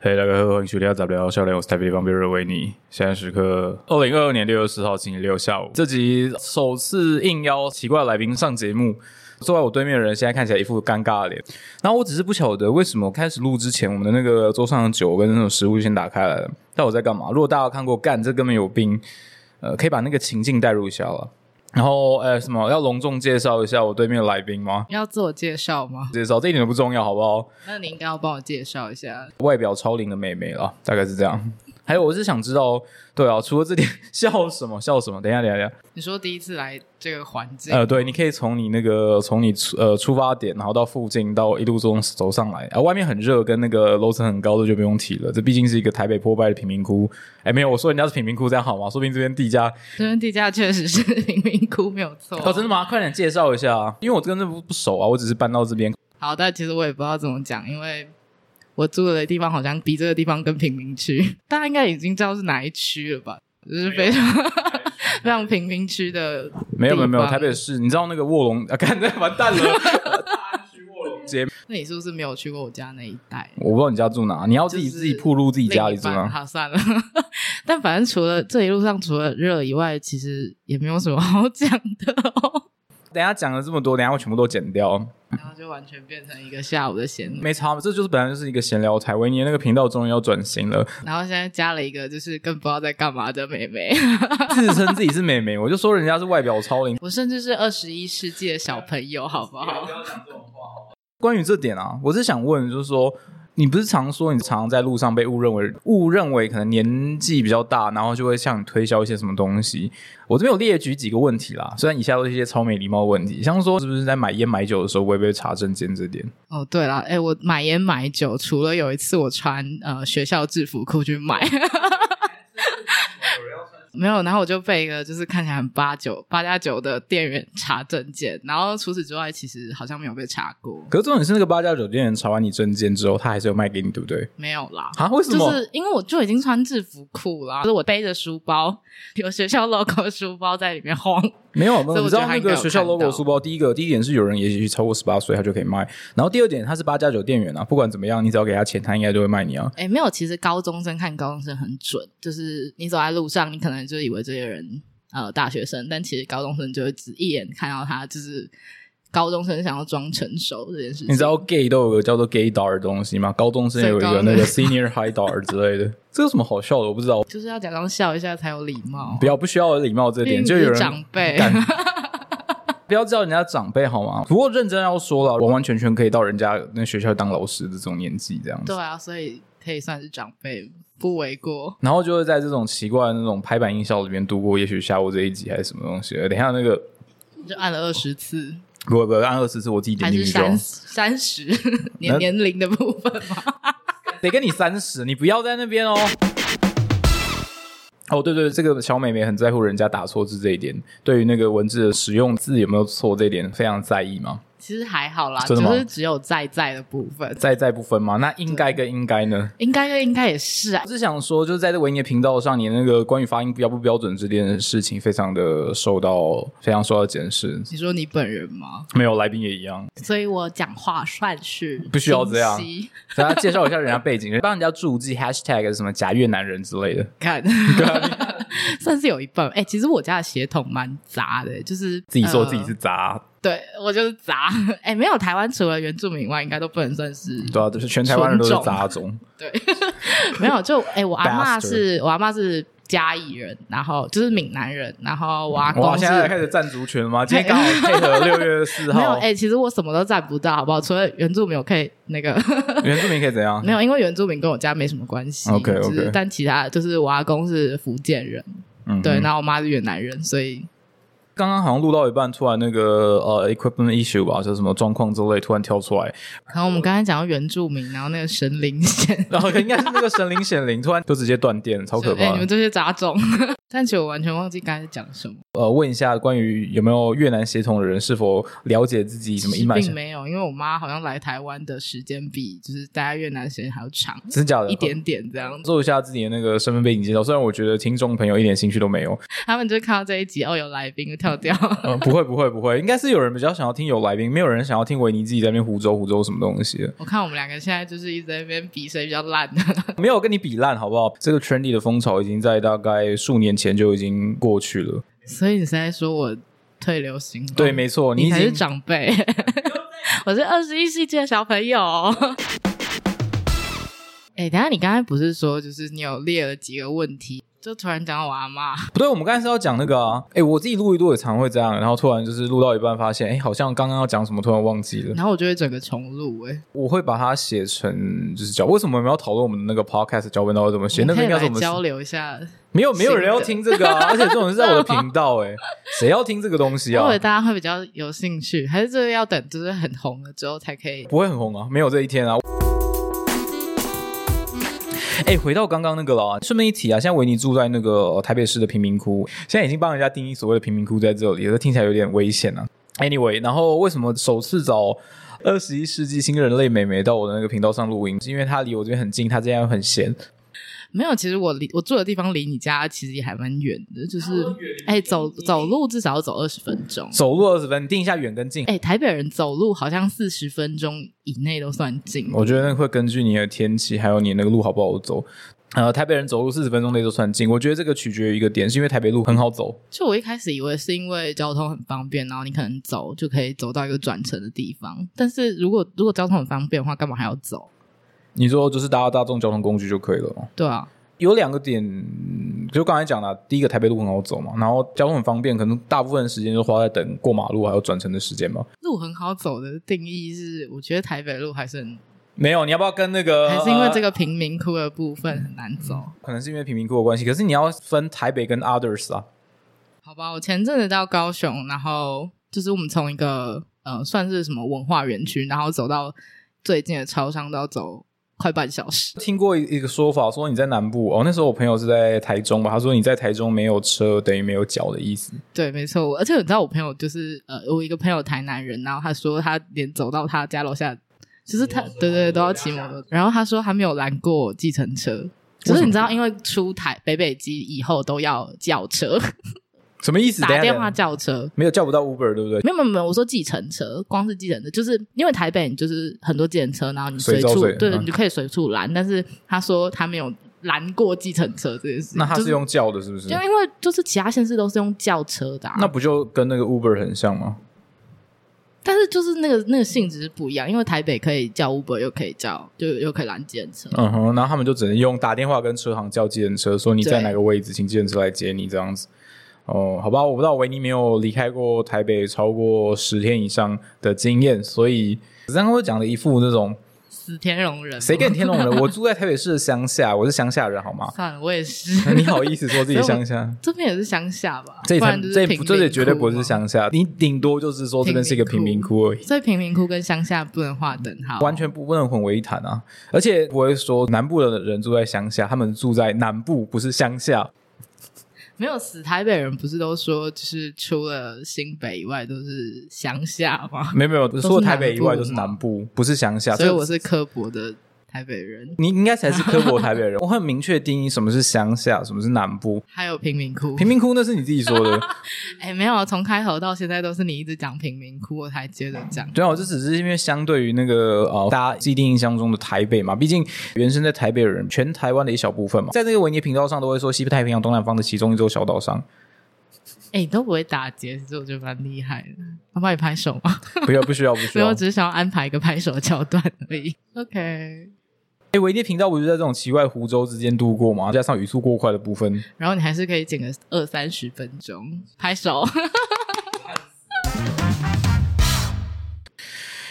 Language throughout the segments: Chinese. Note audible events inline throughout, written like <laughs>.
嘿、大家好，欢迎收听杂聊笑脸，我是台北地方 b 瑞维尼。现在时刻二零二二年六月十号星期六下午，这集首次应邀奇怪的来宾上节目。坐在我对面的人现在看起来一副尴尬的脸，然后我只是不晓得为什么开始录之前，我们的那个桌上的酒跟那种食物就先打开来了。但我在干嘛？如果大家有看过《干》，这根本有病。呃，可以把那个情境带入一下了。然后，呃，什么要隆重介绍一下我对面的来宾吗？要自我介绍吗？介绍这一点都不重要，好不好？那你应该要帮我介绍一下。外表超龄的妹妹了，大概是这样。还有，我是想知道，对啊，除了这点， <laughs> 笑什么笑什么？等一下，等一下，等一你说第一次来这个环境，下。呃，对，你可以从你那个从你出呃出发点，然后到附近，到一路中走上来。啊、外面很热，跟那个楼层很高的就不用提了。这毕竟是一个台北破败的贫民窟。哎，没有，我说人家是贫民窟，这样好吗？说不定这边地价这边地价确实是贫民窟，没有错。哦，真的吗？快点介绍一下啊，因为我跟这不不熟啊，我只是搬到这边。好，但其实我也不知道怎么讲，因为我住的地方好像比这个地方更贫民区， <laughs> 大家应该已经知道是哪一区了吧？就是非常 <laughs> 非常贫民区的，没有没有没有，地方台北市，你知道那个卧龙啊，干 <laughs> 这完蛋了。那你是不是没有去过我家那一带？我不知道你家住哪，你要自己、就是自己铺路自己家里另一住半啊吗？好，算了。 <laughs> 但反正除了这一路上除了热以外，其实也没有什么好讲的哦。等一下讲了这么多，等一下我全部都剪掉，然后就完全变成一个下午的闲聊。没差嘛。这就是本来就是一个闲聊台，维尼的那个频道终于要转型 <laughs> 了，然后现在加了一个就是更不知道在干嘛的妹 <laughs> 妹，自称自己是美眉，我就说人家是外表超龄。我甚至是二十一世纪的小朋友，好不好？关于这点啊，我是想问，就是说。你不是常说你常常在路上被误认为误认为可能年纪比较大，然后就会向你推销一些什么东西？我这边有列举几个问题啦，虽然以下都是一些超没礼貌的问题，像说是不是在买烟买酒的时候违背查证件这点，哦，对了，哎，我买烟买酒，除了有一次我穿呃学校制服裤去买， <laughs> 没有，然后我就被一个就是看起来很八九八加九的店员查证件，然后除此之外，其实好像没有被查过，可是重点是那个八家酒店员查完你证件之后，他还是有卖给你，对不对？没有啦。啊，为什就么？是因为我就已经穿制服裤啊啦，就是我背着书包， <laughs> 有学校 logo 的书包在里面 <laughs> 晃，没有，没所以有，我你知道觉得他那应该个有学校看到 logo 书包，第一个第一点是有人也许超过十八岁他就可以卖，然后第二点他是八家酒店员啊，不管怎么样，你只要给他钱，他应该就会卖你 <laughs> 啊。哎、没有，其实高中生看高中生很准，就是你走在路上，你可能就以为这些人呃大学生，但其实高中生就会只一眼看到他，就是高中生想要装成熟这件事情。你知道 gay 都有个叫做 gay dar 的东西吗？高中生有一最个高的那个 senior high dar 之类的，这有什么好笑的？我不知道，就是要假装笑一下才有礼貌不。要不需要有礼貌这毕点，竟就是有人长辈干不要叫人家长辈好吗？不过认真要说了，完完全全可以到人家那学校当老师的这种年纪这样子。对啊，所以可以算是长辈，不为过。然后就会在这种奇怪的那种拍板音效里面度过，也许下午这一集还是什么东西。等一下那个，就按了二十次，不不，按二十次我自己点还进是去就好三。三十 <laughs> 年那年龄的部分吗？得跟你三十，你不要在那边哦。哦，对对，这个小美眉很在乎人家打错字这一点，对于那个文字的使用字有没有错这一点非常在意嘛，其实还好啦，真的吗就是只有在在的部分，在在不分嘛。那应该跟应该呢？应该就应该也是啊我，只想说，就是在这维尼的频道上，你那个关于发音标不标准这件事情，非常的受到非常受到检视。你说你本人吗？没有来宾也一样，所以我讲话算是不需要这样清晰大家介绍一下人家背景，帮人家注记 hashtag 什么假越南人之类的， <laughs> 看，算是有一半。哎、其实我家的血统蛮杂的，就是自己说呃自己是杂，对我就是杂。 <laughs> 哎、没有台湾除了原住民以外，应该都不能算 <laughs> 是对啊，就是全台湾人都是纯种杂种。对。没有，就哎、我阿妈 Bastard 是我阿妈是嘉义人，然后就是闽南人，然后我阿哇，公现在开是。始占族群了吗？今天刚好配合六月四没有，号哎、，其实我什么都占不到，好不好？除了原住民，我可以那个 <laughs> 原住民可以怎样？没有，因为原住民跟我家没什么关系。 OK，OK 就是但其他就是我阿公是福建人，嗯，对，。然后我妈是越南人，所以刚刚好像录到一半，突然那个呃 equipment issue 吧，就是什么状况之类，突然跳出来，然后我们刚才讲到原住民，然后那个神灵线，然后应该是那个神灵显灵，突然就直接断电，超可哎、怕你的。们这些杂种，但其实我完全忘记刚才讲什么。呃，问一下关于有没有越南血统的人是否了解自己什么其一实脉并相，没有，因为我妈好像来台湾的时间比就是待在越南时间还要长真假的？一点点这样子。做一下自己的那个身份背景介绍，虽然我觉得听众朋友一点兴趣都没有，他们就看到这一集哦有来宾，就跳掉。 <laughs> 嗯，不会不会不会，应该是有人比较想要听有来宾，没有人想要听维尼自己在那边胡诌胡诌什么东西 <laughs> 的。我看我们两个现在就是一直在那边比谁比较烂，没有跟你比烂好不好？这个 trendy 的风潮已经在大概数年前就已经过去了。所以你是在说我退流行吗？对，没错，哦你哦已才是经长辈， <laughs> 我是二十一世纪的小朋友。 <laughs> 哎、等一下你刚才不是说就是你有列了几个问题，就突然讲到我阿妈，不对，我们刚才是要讲那个啊。哎，我自己录一录也常会这样，然后突然就是录到一半发现，哎，好像刚刚要讲什么，突然忘记了。然后我就会整个重录、哎，我会把它写成就是脚。为什么我们要讨论我们的那个 podcast 脚本到底怎么写？我那们个可以应该来是我们交流一下。没有没有人要新听这个、 <laughs> 啊，而且这种是在我的频道哎、谁 <laughs> 要听这个东西我以啊为？大家会比较有兴趣，还是这个要等就是很红了之后才可以。不会很红啊，没有这一天啊。哎，回到刚刚那个了啊，顺便一提啊，现在维尼住在那个、呃台北市的贫民窟，现在已经帮人家定义所谓的贫民窟在这里了，这听起来有点危险啊。Anyway，然后为什么首次找二十一世纪新人类美眉到我的那个频道上录音？是因为她离我这边很近，她这样又很闲，没有，其实我离我住的地方离你家其实也还蛮远的，就是哎、走走路至少要走二十分钟。走路二十分，定一下远跟近。哎、台北人走路好像四十分钟以内都算近。我觉得那会根据你的天气，还有你那个路好不好走。呃，台北人走路四十分钟内就算近，我觉得这个取决于一个点，是因为台北路很好走。就我一开始以为是因为交通很方便，然后你可能走就可以走到一个转乘的地方。但是如果如果交通很方便的话，干嘛还要走？你说就是搭大众交通工具就可以了吗。对啊，有两个点，嗯就刚才讲的啊，第一个台北路很好走嘛，然后交通很方便，可能大部分时间就花在等过马路还有转乘的时间嘛。路很好走的定义是，我觉得台北路还是很，没有，你要不要跟那个？还是因为这个、个贫民窟的部分很难走。可能是因为贫民窟的关系，可是你要分台北跟 others 啊。好吧，我前阵子到高雄，然后就是我们从一个呃算是什么文化园区，然后走到最近的超商都要走快半小时。听过一一个说法，说你在南部哦，那时候我朋友是在台中吧，他说你在台中没有车等于没有脚的意思。对，没错。我而且你知道，我朋友就是呃，我一个朋友台南人，然后他说他连走到他家楼下，就是他对对对都要骑摩托车。然后他说他没有拦过计程车，就为什是么你知道，因为出台北北基以后都要叫车，什么意思？等打一下电话等一下叫车。没有叫不到 Uber 对不对？没有没有没有，我说计程车，光是计程车，就是因为台北你就是很多计程车，然后你随随招处随对嗯你就可以随处拦，但是他说他没有拦过计程车这件事，那他就是用叫的，是不是？就因为就是其他县市都是用轿车的、啊，那不就跟那个 Uber 很像吗？但是就是那个那个性质是不一样，因为台北可以叫 Uber，又可以叫就又可以拦计程车。嗯哼，然后他们就只能用打电话跟车行叫计程车，说你在对哪个位置，请计程车来接你这样子。哦，好吧，我不知道维尼没有离开过台北超过十天以上的经验，所以刚刚我讲的一副那种死天龙人吗，？谁跟你天龙人？我住在台北市的乡下，我是乡下人好吗 <laughs> 算了，我也是。你好意思说自己乡下？这边也是乡下吧？这不才然就是这贫民这也绝对窟不是嘛。乡下，你顶多就是说这边是一个贫民窟而已。所以贫民窟跟乡下不能划等号。完全不不能混为一谈啊！而且我会说，南部的人住在乡下，他们住在南部，不是乡下。没有死台北人不是都说，就是除了新北以外都是乡下吗？没有没有，是除了台北以外南部都是南部，不是乡下。所以这我是刻薄的台北人，你应该才是刻薄台北 <laughs> 人。我很明确定义什么是乡下，什么是南部。还有贫民窟。贫民窟那是你自己说 <laughs> 的，哎，没有，从开头到现在都是你一直讲贫民窟，我才接着讲。对啊，我这只是因为相对于那个呃，大家既定印象中的台北嘛，毕竟原生在台北的人，全台湾的一小部分嘛，在这个维尼频道上都会说西太平洋东南方的其中一座小岛上，哎、你都不会打结，其实我觉得蛮厉害的。我帮你拍手吗？不要不需要不需所以要我。只是想要安排一个拍手的桥段而已。OK，哎，维尼频道不是在这种奇怪湖州之间度过嘛，加上语速过快的部分，然后你还是可以剪个二三十分钟，拍手。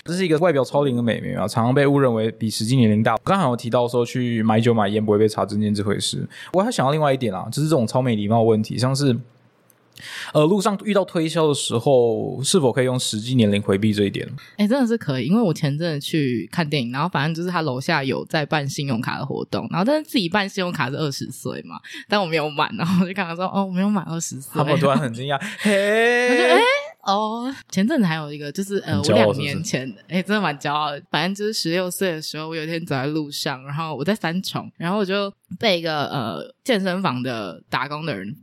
这是一个外表超龄的美眉啊，常常被误认为比实际年龄大。刚好有提到说去买酒买烟不会被查证件这回事，我还想到另外一点啊，就是这种超没礼貌的问题，像是。呃，路上遇到推销的时候，是否可以用实际年龄回避这一点？哎、真的是可以，因为我前阵子去看电影，然后反正就是他楼下有在办信用卡的活动，然后但是自己办信用卡是二十岁嘛，但我没有满，然后我就跟他说：“哦，我没有满二十岁。”他们突然很惊讶，我就哎、嘿，哦，前阵子还有一个，就是呃，很我骄傲是两不是年前，哎、真的蛮骄傲的。反正就是十六岁的时候，我有一天走在路上，然后我在三重，然后我就被一个呃健身房的打工的人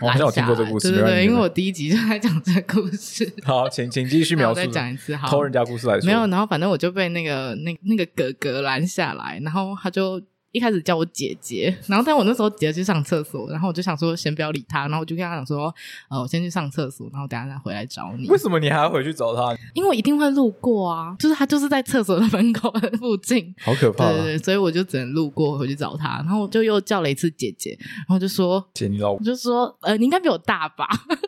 我哦好像有听过这个故事对对没关对，系因为我第一集就在讲这个故事，好，请请继续那描我述再，讲一次好，偷人家故事来说，没有，然后反正我就被那个那那个哥哥拦下来，然后他就一开始叫我姐姐，然后但我那时候姐姐去上厕所，然后我就想说先不要理他，然后我就跟他讲说，呃，我先去上厕所，然后等一下再回来找你为，什么你还要回去找他？因为我一定会路过啊，就是他就是在厕所的门口 <laughs> 的附近，好可怕对啊！对对，所以我就只能路过回去找他，然后我就又叫了一次姐姐，然后就说姐，你老我就说，呃，你应该比我大吧？ <laughs>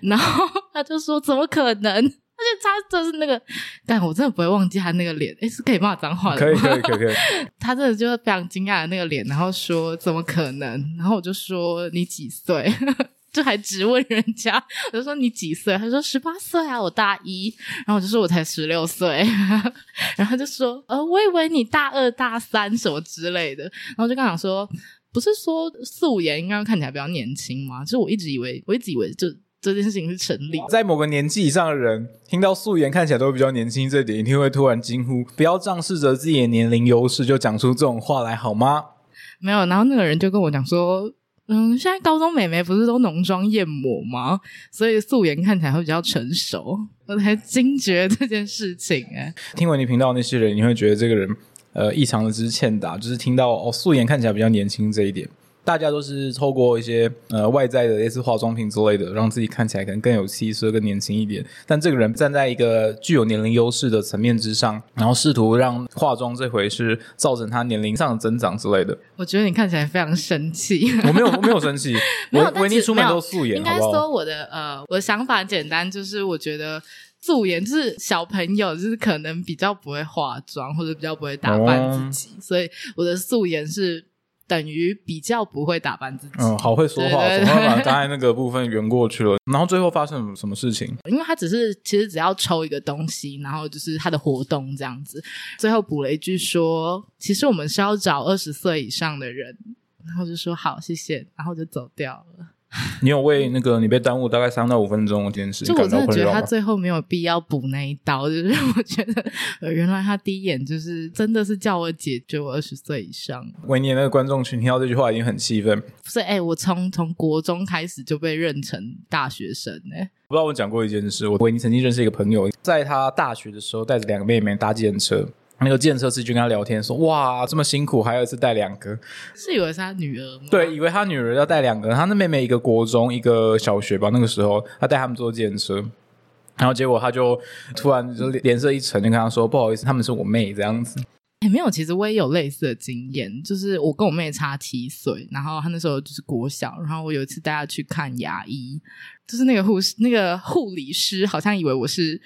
然后他就说，怎么可能？而且他就是那个，但我真的不会忘记他那个脸，诶，是可以骂脏话的可以吗可以可以可以，他真的就是非常惊讶的那个脸，然后说怎么可能？然后我就说你几岁？ <laughs> 就还质问人家，我就说你几岁？他说十八岁啊，我大一。然后我就说我才十六岁， <laughs> 然后他就说呃，我以为你大二大三什么之类的。然后我就跟他讲说，不是说四五年应该看起来比较年轻吗？就是我一直以为，我一直以为就这件事情是成立的。在某个年纪以上的人听到素颜看起来都比较年轻这点，一定会突然惊呼：不要仗势着自己的年龄优势就讲出这种话来好吗？没有，然后那个人就跟我讲说，嗯，现在高中美眉不是都浓妆艳抹吗？所以素颜看起来会比较成熟。我才惊觉这件事情、哎，听完你频道那些人，你会觉得这个人呃异常的之欠打，就是听到哦素颜看起来比较年轻这一点。大家都是透过一些呃外在的类似化妆品之类的，让自己看起来可能更有气色、更年轻一点。但这个人站在一个具有年龄优势的层面之上，然后试图让化妆这回事造成他年龄上的增长之类的。我觉得你看起来非常生气。 <laughs> <laughs> 我没有，我没有生气。没有维但维尼是出门没有都素颜，应该好不好？说我的呃，我的想法很简单，就是我觉得。素颜就是小朋友，就是可能比较不会化妆，或者比较不会打扮自己，哦所以我的素颜是等于比较不会打扮自己。嗯，好会说话，对对总对会把刚才那个部分圆过去了。然后最后发生了什么事情？因为他只是其实只要抽一个东西，然后就是他的活动这样子。最后补了一句说，其实我们是要找二十岁以上的人，然后就说好，谢谢，然后就走掉了。你有为那个你被耽误大概三到五分钟这件事情就我感到真的困觉得扰他吗？最后没有必要补那一刀，就是我觉得呃原来他第一眼就是真的是叫我姐，就我二十岁以上。维尼的那个观众群听到这句话已经很气愤，所以哎、我从从国中开始就被认成大学生哎、不知道我讲过一件事，我维尼曾经认识一个朋友，在他大学的时候带着两个妹妹搭计程车，那个计程车司机就跟他聊天说：“哇，这么辛苦，还有一次带两个。”是以为是他女儿吗？对，以为他女儿要带两个，他那妹妹一个国中，一个小学吧。那个时候，他带他们坐自行车，然后结果他就突然就脸色一沉，就跟他说：“不好意思，他们是我妹。”这样子，哎、没有，其实我也有类似的经验，就是我跟我妹差七岁，然后她那时候就是国小，然后我有一次带她去看牙医，就是那个护士、那个护理师好像以为我是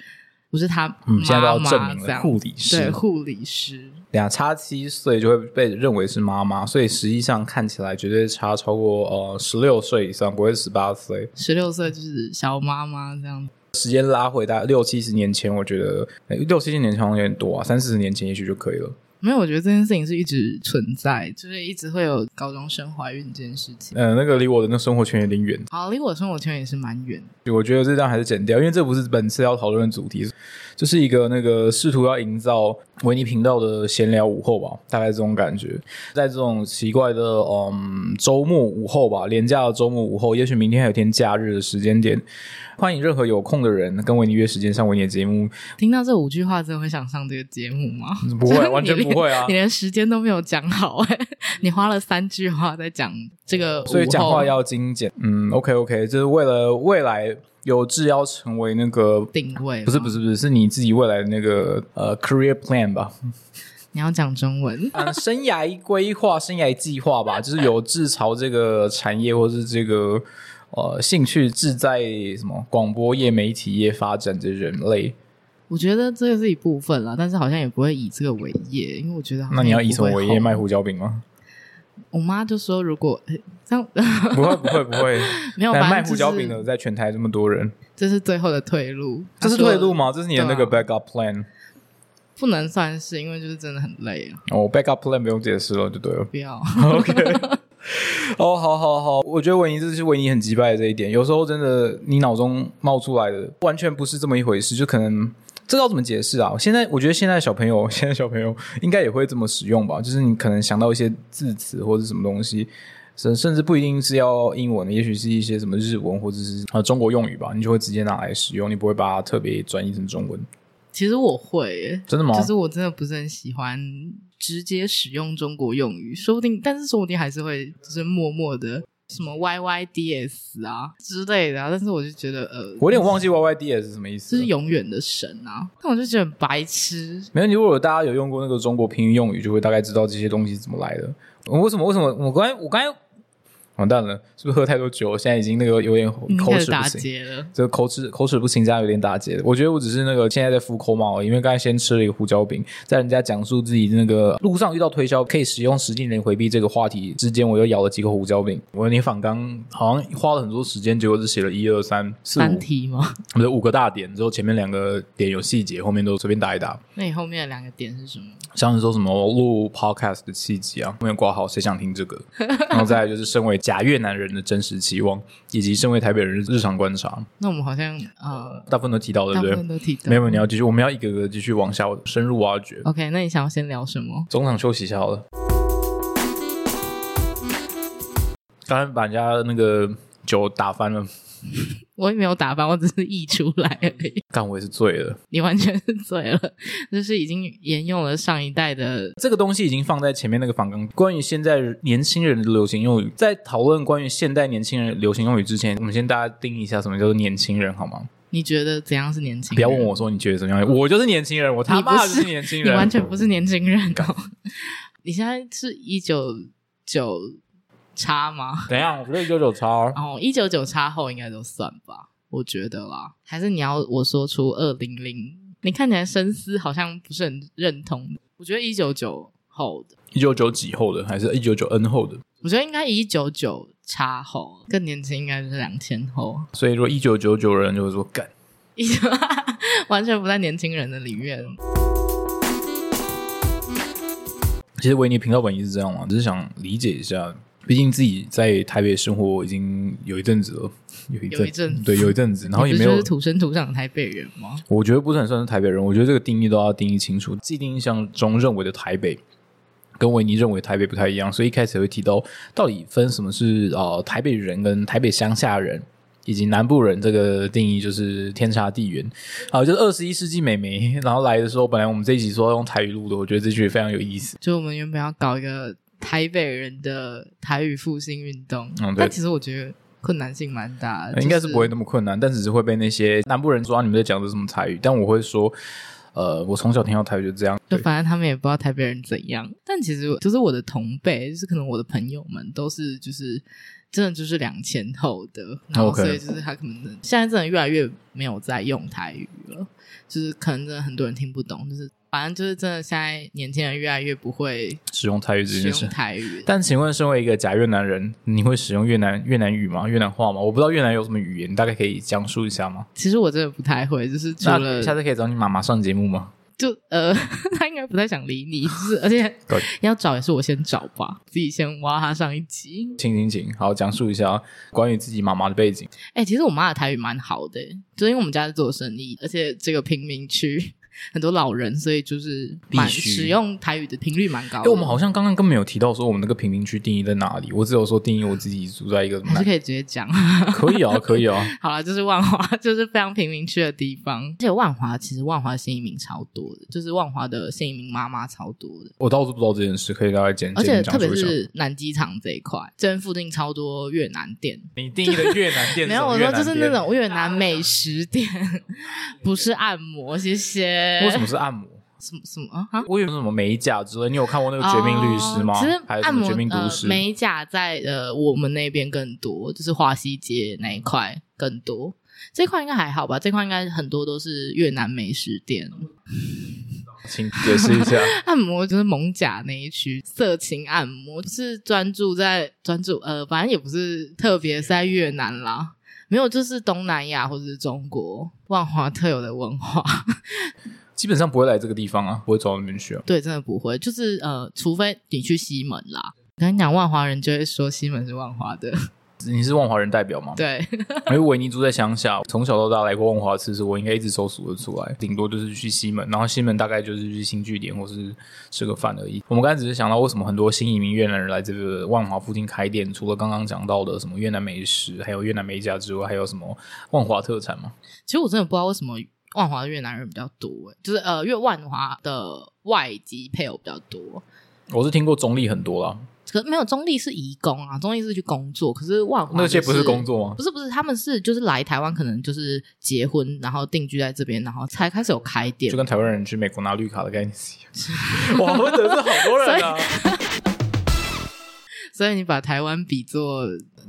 我是她嗯，现在都妈要妈证明这了样，护理师，对等护理师，下差七岁就会被认为是妈妈，所以实际上看起来绝对差超过呃十六岁以上，不会十八岁。十六岁就是小妈妈这样。时间拉回大概六七十年前，我觉得哎六七十年前好像有点多啊，三四十年前也许就可以了。没有，我觉得这件事情是一直存在，就是一直会有高中生怀孕这件事情。嗯、那个离我的那生活圈有点远，好，离我生活圈也是蛮远的。我觉得这张还是剪掉，因为这不是本次要讨论的主题，就是一个那个试图要营造维尼频道的闲聊午后吧，大概这种感觉。在这种奇怪的嗯周末午后吧，廉价的周末午后，也许明天还有天假日的时间点，欢迎任何有空的人跟维尼约时间上维尼的节目，听到这五句话，真的会想上这个节目吗？不你会，连完全不会啊 <laughs> 你。连时间都没有讲好哎、你花了三句话在讲这个午后，所以讲话要精简，嗯，OK OK，就是为了未来有志要成为那个定位，不是不是，是不是，是你自己未来的那个呃 career plan 吧，你要讲中文。嗯，生涯规划、生涯计划吧，就是有志朝这个产业或是这个呃兴趣，志在什么广播业、媒体业发展的人类。我觉得这个是一部分啦，但是好像也不会以这个为业，因为我觉得好像那你要以也什不会么为业红卖？胡椒饼吗？我妈就说如果 <laughs> 诶这样 <laughs> 不会，不会，不会。 <laughs> 没有但反卖正胡就椒是饼的在全台这么多人，这是最后的退路，这是她说啊退路？吗？这是你的那个 backup plan。不能算是，因为就是真的很累啊，哦，backup plan 不用解释了，就对了。不要。 <laughs> OK。哦，好好好，我觉得维尼这是维尼很击败的这一点。有时候真的，你脑中冒出来的完全不是这么一回事，就可能这要怎么解释啊？现在我觉得现在小朋友， <laughs> 现在小朋友应该也会这么使用吧，就是你可能想到一些字词或者什么东西。甚甚至不一定是要英文的，也许是一些什么日文或者是呃中国用语吧，你就会直接拿来使用，你不会把它特别转译成中文。其实我会耶，真的吗？就是我真的不是很喜欢直接使用中国用语，说不定，但是说不定还是会就是默默的什么 Y Y D S 啊之类的、啊，但是我就觉得呃，我有点忘记 Y Y D S 是什么意思就了。是永远的神啊，但我就觉得很白痴，没问题。如果大家有用过那个中国拼音用语，就会大概知道这些东西怎么来的。我为什么？为什么？我刚才我刚才完蛋了，是不是喝太多酒？现在已经那个有点已经口开始齿打不清，结了。这个口齿口齿不清，加有点打结。我觉得我只是那个现在在敷口毛而已，因为刚才先吃了一个胡椒饼，在人家讲述自己那个路上遇到推销可以使用实际能回避这个话题之间，我又咬了几口胡椒饼。我有点反刚，好像花了很多时间，结果只写了一二三四三五，题吗？不是五个大点，之后前面两个点有细节，后面都随便打一打。那你后面的两个点是什么？像是说什么录 podcast 的契机啊，没有挂好，谁想听这 <laughs> 个？然后再来就是身为假越南人的真实期望，以及身为台北人的日常观察，那我们好像呃，大部分都提到，对大不部分对？都提到。没有，你要继续，我们要一个个继续往下深入挖掘。 OK，那你想要先聊什么？中场休息一下好了。刚才把人家那个酒打翻了，我也没有打翻，我只是溢出来而已。但我也是醉了。你完全是醉了，就是已经沿用了上一代的这个东西已经放在前面那个反纲。关于现在年轻人的流行用语，在讨论关于现代年轻人流行用语之前，我们先大家定义一下什么叫做年轻人好 <laughs> 吗？你觉得怎样是年轻人？不要问，我说你觉得怎么样，我就是年轻人，我他妈你就不是是年轻你人，完全不是年轻人哦。 <laughs> 你现在是一九九叉吗？怎啊样？我觉得九九超哦，一九九叉后应该都算吧，我觉得啦。还是你要我说出二零零？你看起来深思好像不是很认同。我觉得一九九后的，一九九几后的，还是一九九 N 后的？我觉得应该一九九叉后更年轻，应该就是两千后。 <laughs> 所以说一九九九人就会说干。已经 <laughs> 完全不在年轻人的里面。其实维尼频道本意是这样嘛，只是想理解一下，毕竟自己在台北生活已经有一阵子了，有一有阵一阵子对，有一阵子，然后也你没不有是就是土生土长的台北人吗？我觉得不是很算是台北人，我觉得这个定义都要定义清楚。既定印象中认为的台北，跟维尼认为台北不太一样，所以一开始会提到到底分什么是呃台北人跟台北乡下人。以及南部人这个定义就是天差地远，好，就是二十一世纪美眉。然后来的时候，本来我们这一集说要用台语录的，我觉得这句也非常有意思。就我们原本要搞一个台北人的台语复兴运动，嗯对但其实我觉得困难性蛮大的，应该呃就是不会那么困难，但只是会被那些南部人说啊你们在讲的是什么台语。但我会说，呃，我从小听到台语就这样。就对反正他们也不知道台北人怎样，但其实就是我的同辈，就是可能我的朋友们都是就是真的就是两千后的，然后 OK 所以就是他可能现在真的越来越没有在用台语了，就是可能真的很多人听不懂，就是反正就是真的现在年轻人越来越不会使用台语这使件事用，台语，但请问，身为一个假越南人，你会使用越南越南语吗？越南话吗？我不知道越南有什么语言，你大概可以讲述一下吗？其实我真的不太会，就是除那了下次可以找你妈妈上节目吗？就呃， <laughs> 他应该不太想理你，就是而且 <laughs> 对要找也是我先找吧，自己先挖他上一集。请请请，好，讲述一下关于自己妈妈的背景。哎、其实我妈的台语蛮好的、就是因为我们家是做生意，而且这个贫民区很多老人，所以就是蛮必须使用台语的频率蛮高因的。为我们好像刚刚根本没有提到说我们那个贫民区定义在哪里，我只有说定义我自己住在一个还是南， <laughs> 可以直接讲。可以啊，可以啊，好了，就是万华， <laughs> 就是非常贫民区的地方。而且万华其实万华的新移民超多的，就是万华的新移民妈妈超多的，我倒是不知道这件事，可以大概简而简且单特讲 <laughs> 别述一下。是南机场这一块，这边附近超多越南店，你定义的越南店是 <laughs> 没什有，么我越说南就是那店种越南美食店， <laughs> 不是按摩，谢谢。为什么是按摩？什么什么啊？我以为是什么美甲之类，你有看过那个《绝命律师》吗？哦其实还有什按么《摩绝命毒呃师》美甲在呃我们那边更多，就是华西街那一块更多。这块应该还好吧？这块应该很多都是越南美食店，请解释一下。按摩就是蒙甲那一区，色情按摩就是专注在专注呃，反正也不是特别是在越南啦，没有就是东南亚或者是中国万华特有的文化。基本上不会来这个地方啊，不会走到那边去啊。对，真的不会，就是呃，除非你去西门啦。我跟你讲，万华人就会说西门是万华的， <laughs> 是你是万华人代表吗？对，因为维尼住在乡下，从小到大来过万华次数，我应该一直都数得出来，顶多就是去西门，然后西门大概就是去新据点或是吃个饭而已。我们刚才只是想到，为什么很多新移民越南人来这个万华附近开店，除了刚刚讲到的什么越南美食，还有越南美甲之外，还有什么万华特产吗？其实我真的不知道为什么万华的越南人比较多、欸，就是呃，因为万华的外籍配偶比较多，我是听过中立很多啦，可没有中立是移工啊，中立是去工作，可是万华、那些不哦是是工作吗？不是不是，他们是就是来台湾，可能就是结婚，然后定居在这边，然后才开始有开店就。跟台湾人去美国拿绿卡的概念是一 <laughs> 样。哇，我得是好多人啊！所以你把台湾比作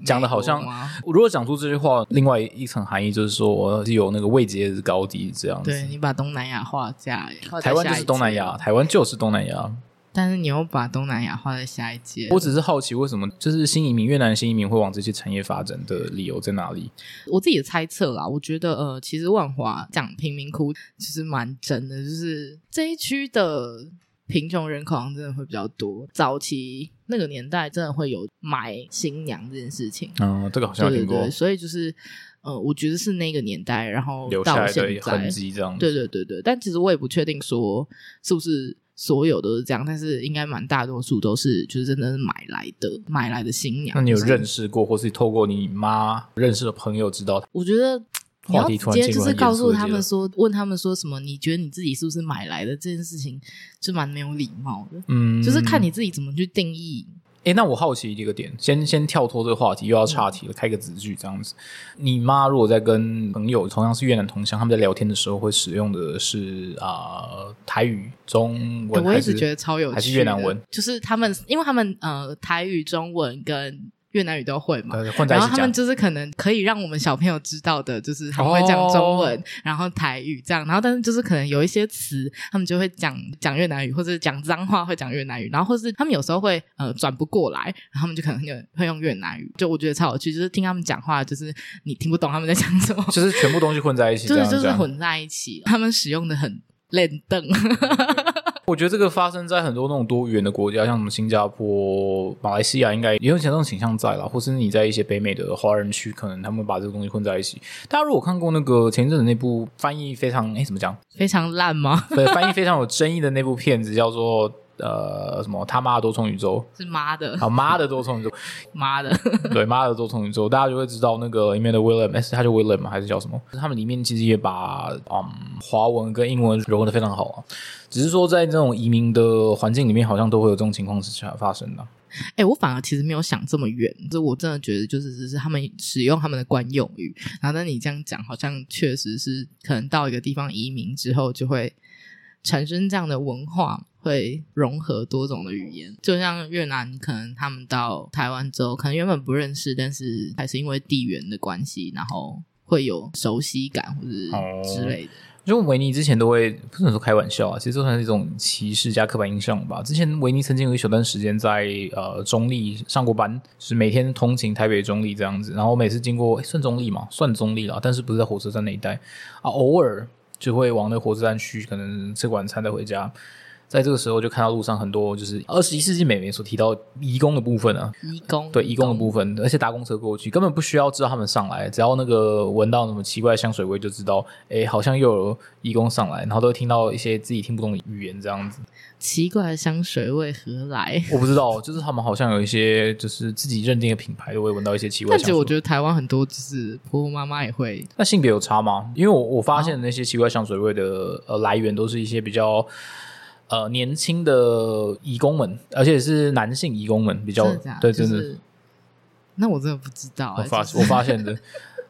讲得好像美国吗我如果讲出这句话，另外一层含义就是说，我是有那个位阶是高低这样对子。你把东南亚画架，画在台湾就下是一东南届亚，，台湾就是东南亚。但是你又把东南亚画在下一届。我只是好奇，为什么就是新移民越南新移民会往这些产业发展的理由在哪里？我自己的猜测啦，我觉得呃，其实万华讲贫民窟其实蛮真的，就是这一区的贫穷人口好像真的会比较多。早期那个年代真的会有买新娘这件事情，嗯，这个好像对有对听过对，所以就是呃，我觉得是那个年代，然后留下到来现的在痕，迹这样子。对对对对。但其实我也不确定说是不是。所有都是这样，但是应该蛮大多数都是就是真的是买来的，买来的新娘。那你有就是认识过，或是透过你妈认识的朋友知道？我觉得你要话题直突然接进入就是很告严肃诉的他阶们段说，问他们说什么？你觉得你自己是不是买来的这件事情，就蛮没有礼貌的。嗯，就是看你自己怎么去定义。诶，那我好奇一个点，先先跳脱这个话题，又要岔题了，开个子句这样子。你妈如果在跟朋友同样是越南同乡，他们在聊天的时候，会使用的是啊、呃台语、中文，我还一是直觉得超有趣的，还是越南文，就是他们，因为他们呃台语、中文跟越南语都会嘛。呃混在一然后起他讲。们就是可能可以让我们小朋友知道的，就是他们会讲中文，哦然后台语这样，然后但是就是可能有一些词，他们就会讲讲越南语，或者讲脏话会讲越南语，然后或是他们有时候会呃转不过来，然后他们就可能就会用越南语，就我觉得超有趣，就是听他们讲话，就是你听不懂他们在讲什么， <laughs> 就是全部东西混在一起， <laughs> 就这是样就是讲。混在一起，他们使用的很 <laughs> 练凳，我觉得这个发生在很多那种多元的国家，像什么新加坡、马来西亚，应该也有像这种倾向在啦，或是你在一些北美的华人区，可能他们把这个东西混在一起。大家如果看过那个前一阵子那部翻译非常诶怎么讲，非常烂吗？对，翻译非常有争议的那部片子叫做呃什么他妈的多重宇宙，是妈的，啊妈的多重宇宙， <laughs> 妈的，对妈的多重宇宙，大家就会知道那个里面的 William，诶是他叫 William 吗还是叫什么？他们里面其实也把嗯华文跟英文融合的非常好啊，只是说在这种移民的环境里面，好像都会有这种情况之下发生的啊。哎、我反而其实没有想这么远，就我真的觉得就是只是他们使用他们的惯用语，然后但你这样讲，好像确实是可能到一个地方移民之后就会产生这样的文化，会融合多种的语言。就像越南，可能他们到台湾之后，可能原本不认识，但是还是因为地缘的关系，然后会有熟悉感或者是哦之类的。就维尼之前都会不能说开玩笑啊，其实就算是一种歧视加刻板印象吧。之前维尼曾经有一小段时间在呃中立上过班，就是每天通勤台北中立这样子。然后每次经过诶算中立嘛，算中立啦，但是不是在火车站那一带啊，偶尔就会往那火车站去，可能吃晚餐再回家。在这个时候就看到路上很多就是二十一世纪美媒所提到移工的部分啊，移工对，义工的部分，而且搭公车过去根本不需要知道他们上来，只要那个闻到什么奇怪的香水味就知道，哎，好像又有义工上来，然后都会听到一些自己听不懂的语言这样子。奇怪的香水味何来？我不知道，就是他们好像有一些就是自己认定的品牌都会闻到一些奇怪但的其香水实味。我觉得台湾很多就是婆婆妈妈也会那性别有差吗？因为我我发啊现那些奇怪香水味的呃来源都是一些比较呃年轻的义工们，而且是男性义工们比较真的假的对，就真的。是那我真的不知道、我欸，发就是我发现的。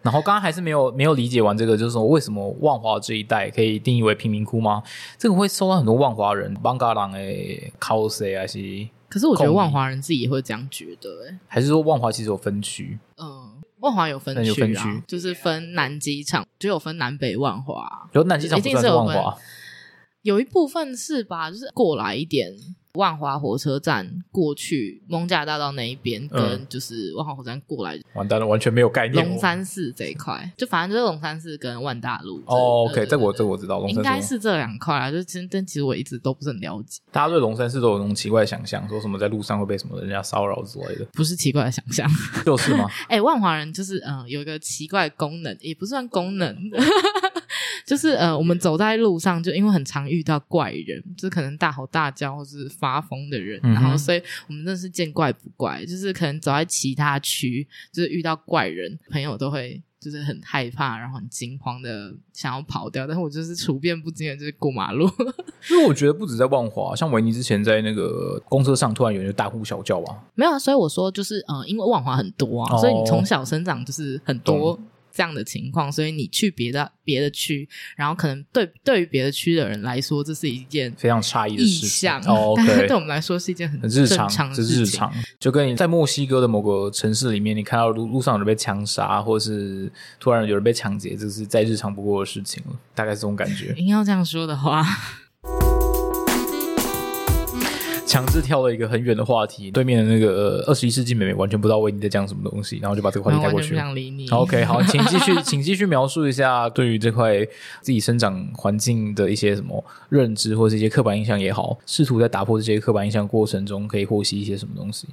然后刚刚还是没有没有理解完这个，就是说为什么万华这一带可以定义为贫民窟吗？这个会受到很多万华人、邦嘎郎诶、考谁还啊是可是我觉共得鸣万华人自己也会这样觉得、欸，还是说万华其实有分区？嗯，万华有分那有区分啊，区就是分南机场，就有分南北万华啊、有南机场一不定算是有万分华，有一部分是吧，就是过来一点万华火车站过去蒙贾大道那一边，嗯跟就是万华火车站过来完蛋了，完全没有概念。龙山寺这一块，就反正就是龙山寺跟万大路。哦，OK，对这对个我对这个我知道，龙应山该寺是这两块啊，就其实但其实我一直都不是很了解，大家对龙山寺都有那种奇怪的想象，说什么在路上会被什么人家骚扰之类的，不是奇怪的想象。就是 <laughs> 吗？哎、万华人就是嗯、呃有一个奇怪的功能，也不算功能， <laughs> 就是呃，我们走在路上，就因为很常遇到怪人，就是可能大吼大叫或是发疯的人，嗯哼然后所以我们真的是见怪不怪，就是可能走在其他区，就是遇到怪人，朋友都会。就是很害怕，然后很惊慌的想要跑掉，但是我就是处变不惊的，就是过马路。因为我觉得不止在万华，像维尼之前在那个公车上，突然有人就大呼小叫啊，没有啊，所以我说就是呃，因为万华很多啊，哦所以你从小生长就是很多这样的情况，所以你去别的别的区，然后可能对对于别的区的人来说，这是一件非常诧异的异事情。象，哦但是 <laughs> ，OK，对我们来说是一件很很日正常，常的这事是日情。常，就跟你在墨西哥的某个城市里面，你看到路路上有人被枪杀，或是突然有人被抢劫，这是再日常不过的事情了，大概是这种感 <laughs> 觉。硬要这样说的话，强制跳了一个很远的话题，对面的那个呃二十一世纪妹妹完全不知道维尼在讲什么东西，然后就把这个话然题后带完过全去不了。想理你。 <laughs> OK，好，请继续，请继续描述一下对于这块自己生长环境的一些什么认知，或是一些刻板印象也好，试图在打破这些刻板印象过程中，可以获悉一些什么东西。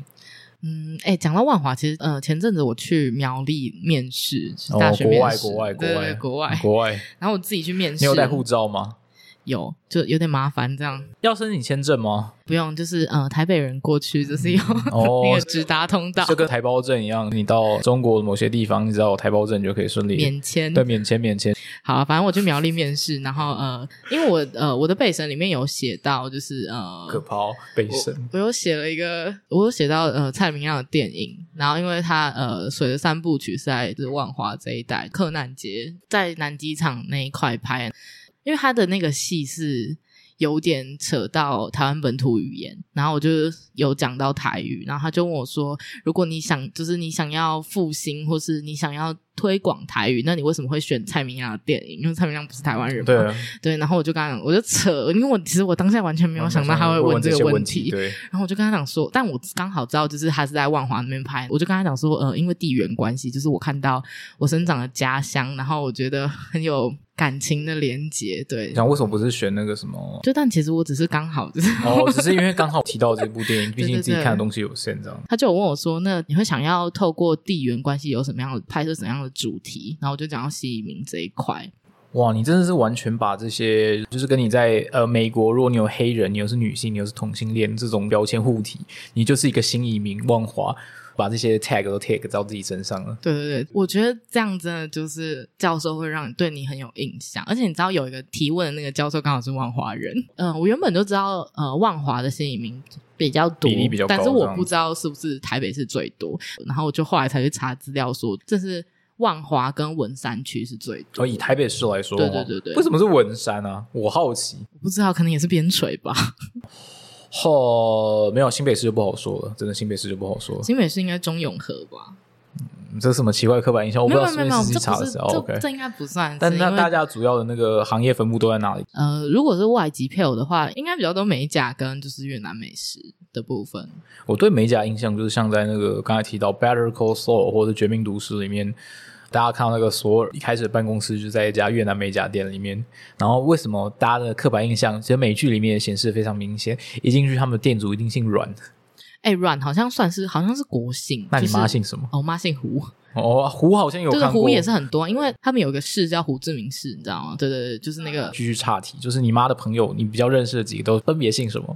嗯，哎、讲到万华，其实呃，前阵子我去苗栗面试，是哦大学国面外试，国外对国外对国外，国外，然后我自己去面你试，有带护照吗？有就有点麻烦这样。要申请签证吗？不用，就是呃，台北人过去就是有 <laughs> 哦那个直达通道，就跟台胞证一样，你到中国某些地方，你只要有台胞证，你就可以顺利免签。对免签免签。好、啊，反正我去苗栗面试，然后呃，因为我呃我的备审里面有写到，就是呃，可抛背我身，我有写了一个，我有写到呃蔡明亮的电影，然后因为他呃《水的三部曲》是在就是万华这一带，克难街在南机场那一块拍，因为他的那个戏是有点扯到台湾本土语言，然后我就有讲到台语，然后他就问我说，如果你想就是你想要复兴，或是你想要推广台语，那你为什么会选蔡明亮的电影？因为蔡明亮不是台湾人嘛，对啊，对，然后我就跟他讲，我就扯，因为我其实我当下完全没有想到他会问这些个问题，对，然后我就跟他讲说，但我刚好知道就是他是在万华那边拍，我就跟他讲说，呃，因为地缘关系，就是我看到我生长的家乡，然后我觉得很有感情的连结，对。想为什么不是选那个什么？就但其实我只是刚好就是， <laughs> 哦，只是因为刚好提到这部电影，毕竟自己对看的东西有限，这样。他就有问我说，那你会想要透过地缘关系有什么样的拍摄什么样的主题？然后我就讲到西移民这一块，哇，你真的是完全把这些，就是跟你在呃美国，如果你有黑人，你又是女性，你又是同性恋这种标签护体，你就是一个新移民万华，把这些 tag 都 tag 到自己身上了。对对对，我觉得这样真的就是教授会让你对你很有印象，而且你知道有一个提问的那个教授刚好是万华人，嗯、我原本就知道呃万华的新移民比较多，比例比较高但是这我样不知道是不是台北市最多，然后我就后来才去查资料说这是万华跟文山区是最而多，哦以台北市来说，对对对对为什么是文山啊？我好奇。我不知道可能也是边陲吧，哦，没有新北市就不好说了，真的新北市就不好说了。新北市应该中永和吧，嗯这是什么奇怪的刻板印象？我不没知有道没有是没有不是没有，这查不的是时这、候 OK。这应该不算是，但那因为大家主要的那个行业分布都在哪里？呃，如果是外籍配偶的话，应该比较多美甲跟就是越南美食的部分。我对美甲印象就是像在那个刚才提到《Better Call Saul》或者《绝命毒师》里面，大家看到那个索尔一开始办公室就在一家越南美甲店里面，然后为什么大家的刻板印象，其实美剧里面也显示得非常明显，一进去他们的店主一定姓阮，哎、阮好像算是好像是国姓，那你就是妈？姓什么？哦，我妈姓胡，哦，胡好像有对对，看过，胡也是很多，因为他们有个市叫胡志明市，你知道吗？对对对，就是那个，继续岔题，就是你妈的朋友，你比较认识的几个都分别姓什么？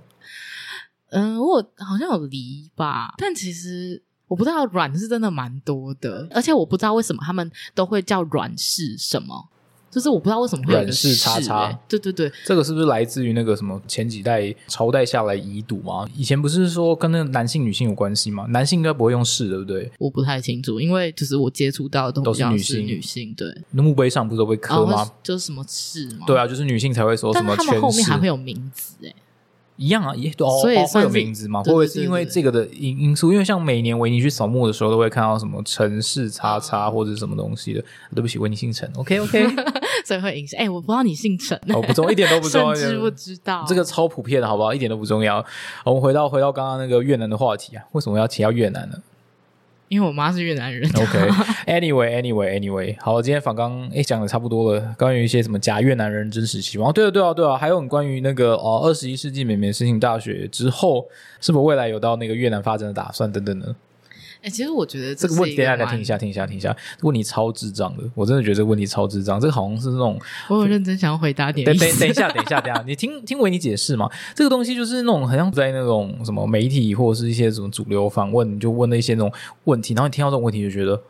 嗯、我好像有梨吧，但其实我不知道阮是真的蛮多的，而且我不知道为什么他们都会叫阮氏什么，就是我不知道为什么会有一个阮氏叉叉欸对对对，这个是不是来自于那个什么前几代朝代下来遗毒嘛？以前不是说跟那个男性女性有关系吗？男性应该不会用氏，对不对？我不太清楚，因为就是我接触到的都都比是较女是性女性，对，那墓碑上不是都被刻然吗？啊后就是什么氏嘛，对啊，就是女性才会说哦但什是么他们后权面势还会有名字哎、一样啊，也哦，所以哦会算有是名字吗？会对不会对是对因为对这个的因因素？因为像每年维尼去扫墓的时候，都会看到什么城市叉叉或者是什么东西的。对不起，维尼姓陈，OK <laughs> OK，所以会影响。哎、我不知道你姓陈，哦，不重要，一点都不重要，甚至不知道这个超普遍的好不好？一点都不重要。我们回到回到刚刚那个越南的话题啊，为什么要提到越 <laughs> 南呢因为我妈是越南人。 ？OK，Anyway，Anyway，Anyway，好，今天访刚诶讲的差不多了，关于一些什么假越南人真实希望，哦对啊，对啊，对啊，还有你关于那个哦，二十一世纪美美申请大学之后，是否未来有到那个越南发展的打算等等的哎、其实我觉得这个个问题，是一大个家来听一蛮。下，听一下，听一下，这个问题超智障的，我真的觉得这个问题超智障，这个好像是那种我有认真想要回答你的等意等思。 <laughs> 等一下，等一下，等一下，你听 <laughs> 听维尼解释嘛？这个东西就是那种很像在那种什么媒体或者是一些什么主流访问，你就问了一些那种问题，然后你听到这种问题就觉得。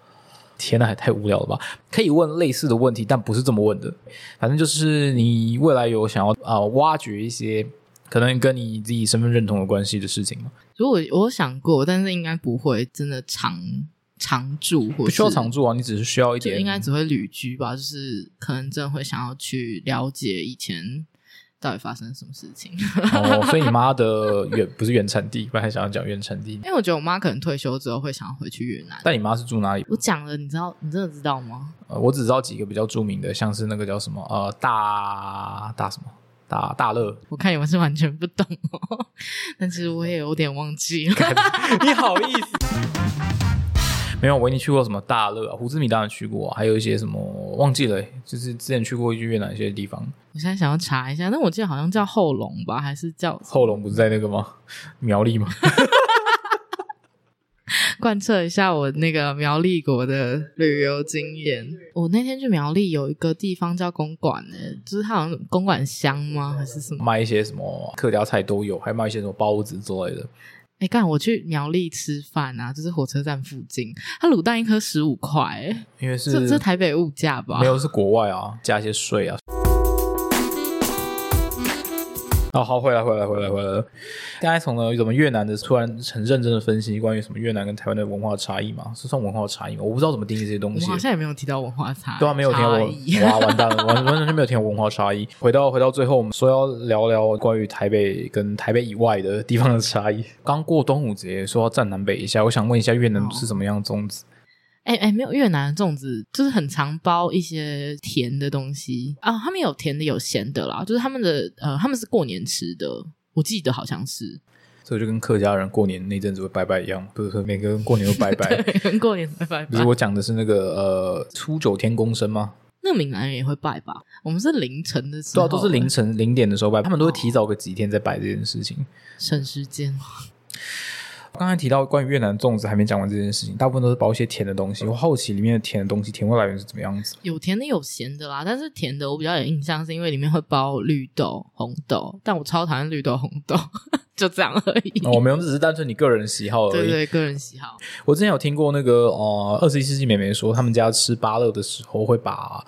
天呐，也太无聊了吧！可以问类似的问题，但不是这么问的。反正就是你未来有想要啊、呃挖掘一些可能跟你自己身份认同有关系的事情吗？如果我有想过，但是应该不会真的常常住，或不需要是常驻啊，你只是需要一就点应该只会旅居吧，就是可能真的会想要去了解以前到底发生什么事情。 <laughs> 哦。所以你妈的原不是原产地，本来想要讲原产 <laughs> 地，因为我觉得我妈可能退休之后会想要回去越南。但你妈是住哪里？我讲了，你知道，你真的知道吗？呃，我只知道几个比较著名的，像是那个叫什么呃大大什么大大乐，我看你们是完全不懂哦， <laughs> 但其实我也有点忘记了。 <laughs> 你好意思？ <laughs> 没有，维尼去过什么大乐、啊，胡志明当然去过、啊，还有一些什么忘记了欸、就是之前去过越南一些地方。我现在想要查一下，但我记得好像叫后龙吧，还是叫后龙不是在那个吗？苗栗吗？ <laughs> 贯彻一下我那个苗栗国的旅游经验。我那天去苗栗有一个地方叫公馆、欸，就是它好像公馆乡吗，还是什么？卖一些什么客家菜都有，还卖一些什么包子之类的。哎、干！我去苗栗吃饭啊，就是火车站附近，它卤蛋一颗十五块、欸，因为是这这台北物价吧？没有是国外啊，加一些税啊。哦，好，回来，回来，回来，回来了。刚才从呢，怎么越南的突然很认真的分析关于什么越南跟台湾的文化差异嘛，是算文化差异吗？我不知道怎么定义这些我东们西好。像也没有提到文化差，对啊，没有听到差我异哇，完蛋了，完完全没有听到文化差异。回到回到最后，我们说要聊聊关于台北跟台北以外的地方的差异。刚过端午节，说要站南北一下，我想问一下越南哦是什么样的粽子？哎、哎、没有越南的粽子，就是很常包一些甜的东西啊，他们有甜的有咸的啦，就是他们的呃，他们是过年吃的，我记得好像是，这就跟客家人过年那阵子会拜拜一样，不是说每个人过年都拜 <laughs> 拜。 <laughs> 对，过年拜拜哎不拜是。我讲的是那个呃初九天公生吗？那闽南人也会拜吧？我们是凌晨的时对候，啊，都是凌晨零点的时候拜，他们都会提早个几天在拜这件事情。省时间。刚才提到关于越南粽子还没讲完这件事情，大部分都是包一些甜的东西。我好奇里面的甜的东西，甜味来源是怎么样子？有甜的有咸的啦，但是甜的我比较有印象，是因为里面会包绿豆、红豆，但我超讨厌绿豆、红豆， <laughs> 就这样而已。哦，我们只是单纯你个人喜好而已。对对，个人喜好。我之前有听过那个呃，二十一世纪美眉说，他们家吃芭乐的时候会把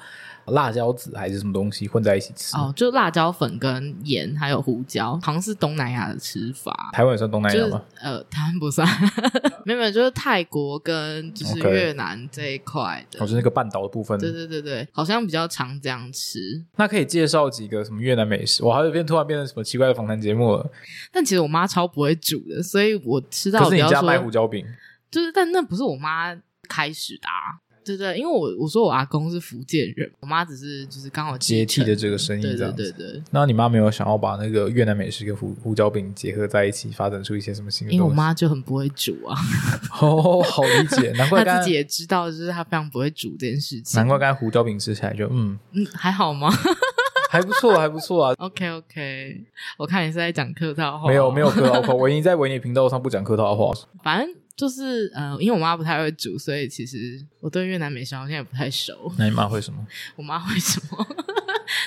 辣椒籽还是什么东西混在一起吃。哦，就辣椒粉跟盐还有胡椒，好像是东南亚的吃法。台湾也算东南就亚是吗？呃，台湾不算， <laughs> 没有没有，就是泰国跟就是 OK 越南这一块的哦，就是那个半岛的部分。对对对对，好像比较常这样吃。那可以介绍几个什么越南美食？我还有变突然变成什么奇怪的访谈节目了。但其实我妈超不会煮的，所以我吃到可是比你较家说卖胡椒饼，就是，但那不是我妈开始的、啊，对对，因为我我说我阿公是福建人，我妈只是就是刚好接替的这个生承意对这对样对子。对，那你妈没有想要把那个越南美食跟胡胡椒饼结合在一起，发展出一些什么新的因为我东西？妈就很不会煮啊， <laughs> 哦，好理 <laughs> 解，难怪她刚自己也知道，就是她非常不会煮这件事情。难怪刚才胡椒饼吃起来就嗯嗯，还好吗 <laughs> 还不错，还不错啊。 ？OK OK，我看你是在讲客套话，没有没有，客套 <laughs> 话，维尼在维尼频道上不讲客套话。反正就是呃，因为我妈不太会煮，所以其实我对越南美食好像也不太熟。那你妈会什么？我妈会什么？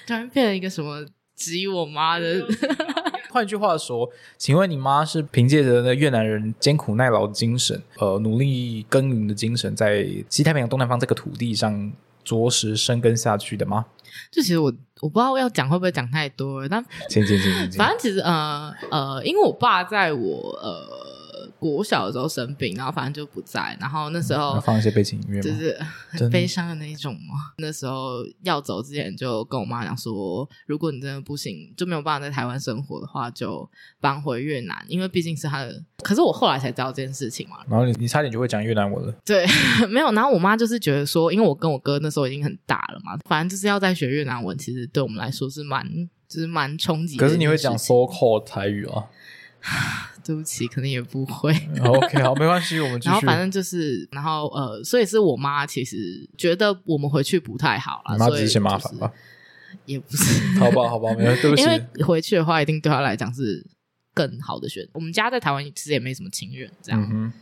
突然变成一个什么质疑我妈的？ <laughs> 换句话说，请问你妈是凭借着那越南人艰苦耐劳的精神，呃，努力耕耘的精神，在西太平洋东南方这个土地上着实生根下去的吗？就其实我我不知道要讲会不会讲太多了，但请请请请请。反正其实呃呃，因为我爸在我呃国小的时候生病，然后反正就不在，然后那时要候放一些背景音乐就吗？是 <laughs> 很真悲伤的那一种嘛。那时候要走之前，就跟我妈讲说，如果你真的不行，就没有办法在台湾生活的话，就搬回越南，因为毕竟是他的。可是我后来才知道这件事情嘛， <laughs> 然后你你差点就会讲越南文了，对，没有。然后我妈就是觉得说，因为我跟我哥那时候已经很大了嘛，反正就是要在学越南文，其实对我们来说是蛮就是蛮冲击的可是一件事情。你会讲 so called 台语啊对不起，可能也不会。 ？OK，好，没关系，我们嗯继然后续。反正就是，然后呃，所以是我妈其实觉得我们回去不太好啦，你妈啊所只以是嫌麻就烦是吧？也不是，好吧，好吧，没有，对不起因。为回去的话，一定对她来讲是更好的选择。我们家在台湾其实也没什么亲人，这样、嗯哼，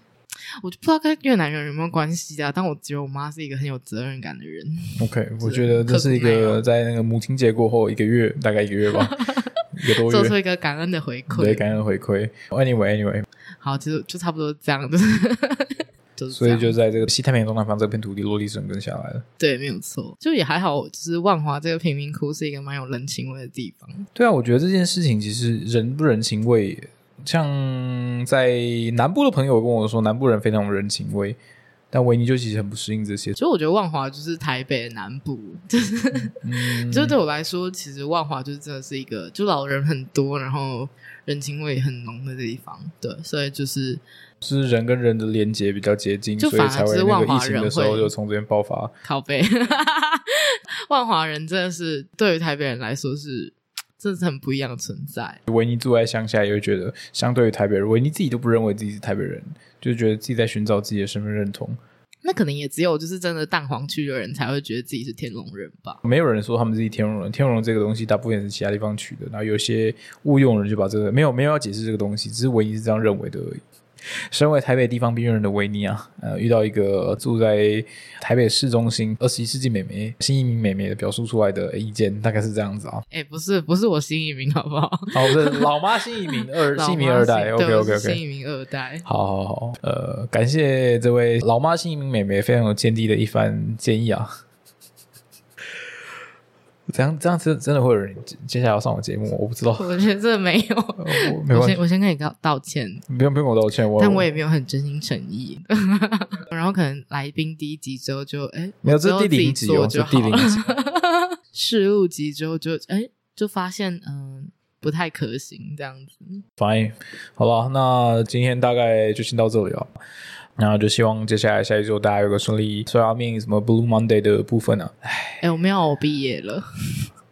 我就不知道跟越南人有没有关系啊。但我觉得我妈是一个很有责任感的人， OK，我是觉得这是一刻苦耐个劳在那个母亲节过后一个月，大概一个月 <laughs> 吧，一个多做出月，一个感恩的回对，馈。感恩回馈。Anyway，Anyway，啊好，其实就差不多这样，就是 <laughs> 就是这所以样就在这个西太平洋东南方这片土地落地生根下来了。对，没有错，就也还好，就是万华这个贫民窟是一个蛮有人情味的地方。对啊，我觉得这件事情其实人不人情味，像在南部的朋友跟我说，南部人非常有人情味，但维尼就其实很不适应这些。所以我觉得万华就是台北的南部，就是、嗯，就是对我来说，其实万华就是真的是一个就老人很多，然后人情味很浓的地方。对，所以就是是人跟人的连接比较接近，就所以反而才会是那万个疫华情人的时候会就从这边爆发。靠北， <laughs> 万华人真的是对于台北人来说是真的是很不一样的存在。维尼住在乡下，也会觉得相对于台北人，维尼自己都不认为自己是台北人，就觉得自己在寻找自己的身份认同。那可能也只有就是真的蛋黄区的人才会觉得自己是天龙人吧。没有人说他们自己天龙人，天龙人这个东西大部分是其他地方取的，然后有些误用人就把这个没有没有要解释这个东西，只是维尼是这样认为的而已。身为台北地方边缘人的维尼啊，呃，遇到一个住在台北市中心二十一世纪美眉新移民美眉的表述出来的意见，大概是这样子啊。哎、不是，不是我新移民，好不好？好，这老妈新移民二老妈新移民二代新，OK 对 OK 我是 OK，新移民二代。好好好，呃，感谢这位老妈新移民美眉非常有见地的一番建议啊。 <laughs> 这样这样真真的会有人接接下来要上我节目吗，我不知道，我觉得这没有，呃我 <laughs> 没关我系先，我先跟你道道歉，不用不用跟我道歉，我但我也没有很真心诚意。 <laughs> 然后可能来宾第一集之后就哎，没有，这我是第之后自己零集哦，做这就是第好零了集， <laughs> 试录集之后就哎就发现嗯不太可行这样子。 fine，好吧，那今天大概就先到这里了。那就希望接下来下一周大家有个顺利，虽然命什么 Blue Monday 的部分啊，哎，我没有，我毕业了，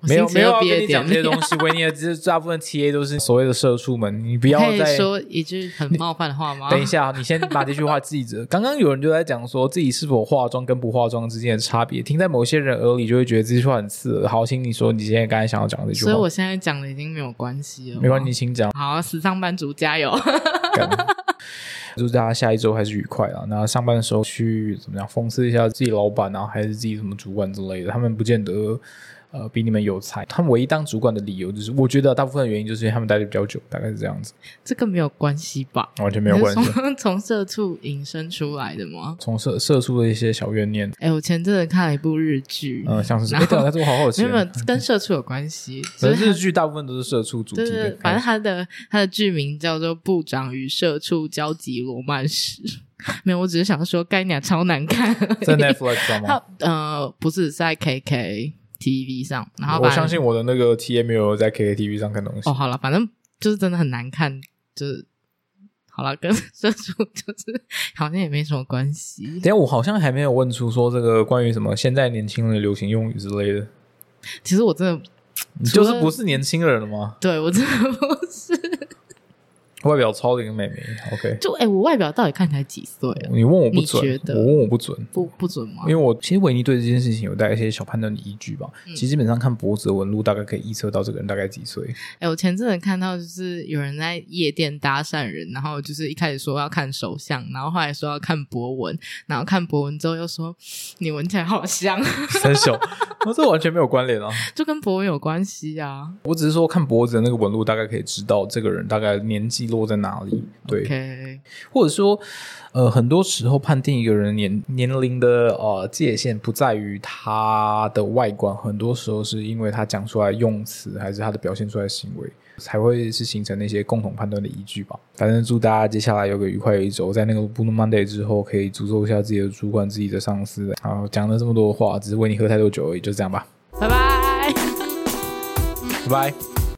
我没有星期没有二要毕跟业你讲典这些礼。 <laughs> 东西，维尼的这大部分 TA 都是所谓的社畜们，你不要可以再说一句很冒犯的话吗？等一下，你先把这句话记着。 <laughs> 刚刚有人就在讲说自己是否化妆跟不化妆之间的差别，听在某些人耳里就会觉得这句话很刺耳。好，请你说你今天刚才想要讲的这句话。所以我现在讲的已经没有关系了，。没关系，。请讲 <laughs> 好，时尚班族加油！ <laughs> 干祝大家下一周还是愉快啊！那上班的时候去怎么样讽刺一下自己老板啊，还是自己什么主管之类的，他们不见得呃比你们有才。他们唯一当主管的理由就是，我觉得大部分的原因就是因为他们待的比较久，大概是这样子，这个没有关系吧？完全没有关系你是。从 <laughs> 从社畜引申出来的吗？从社社畜的一些小怨念，哎、我前阵子看了一部日剧，呃，像是哎， <laughs> 然后对啊，这我好好奇没啊。有没有跟社畜有关系，可就是日是剧大部分都是社畜主就题是的，反正他的他的剧名叫做《部长与社畜交集罗曼史》。没有，我只是想说，该俩超难看。在 Netflix <laughs> 上吗他？呃，不是是在 KK TV 上，然后我反正相信我的那个 T A 没有在 KKTV 上看东西哦，。好了，反正就是真的很难看，就是好了，跟 <laughs> 社畜就是好像也没什么关系等一。下我好像还没有问出说这个关于什么现在年轻人的流行用语之类的，其实我真的你就是除了不是年轻人了吗？对我真的不是，外表超龄美眉，OK？就哎、我外表到底看起来几岁啊？你问我不你准觉，得我问我不准，不不准吗因？为我其实维尼对这件事情有带一些小判断的依据吧。嗯其实基本上看脖子的纹路，大概可以预测到这个人大概几岁。 <laughs> 哎、我前阵子看到就是有人在夜店搭讪人，然后就是一开始说要看手相，然后后来说要看博文，然后看博文之后又说你闻起来好香，啊 <laughs> 三小，那这完全没有关联啊！就跟博文有关系啊。我只是说看脖子的那个纹路，大概可以知道这个人大概年纪落在哪里。对 OK，或者说，呃，很多时候判定一个人年年龄的呃界限，不在于他的外观，很多时候是因为他讲出来用词，还是他的表现出来的行为，才会是形成那些共同判断的依据吧。反正祝大家接下来有个愉快的一周，在那个 Blue Monday 之后，可以诅咒一下自己的主管、自己的上司。好，讲了这么多话，只是为你喝太多酒而已，就这样吧，拜拜。拜拜。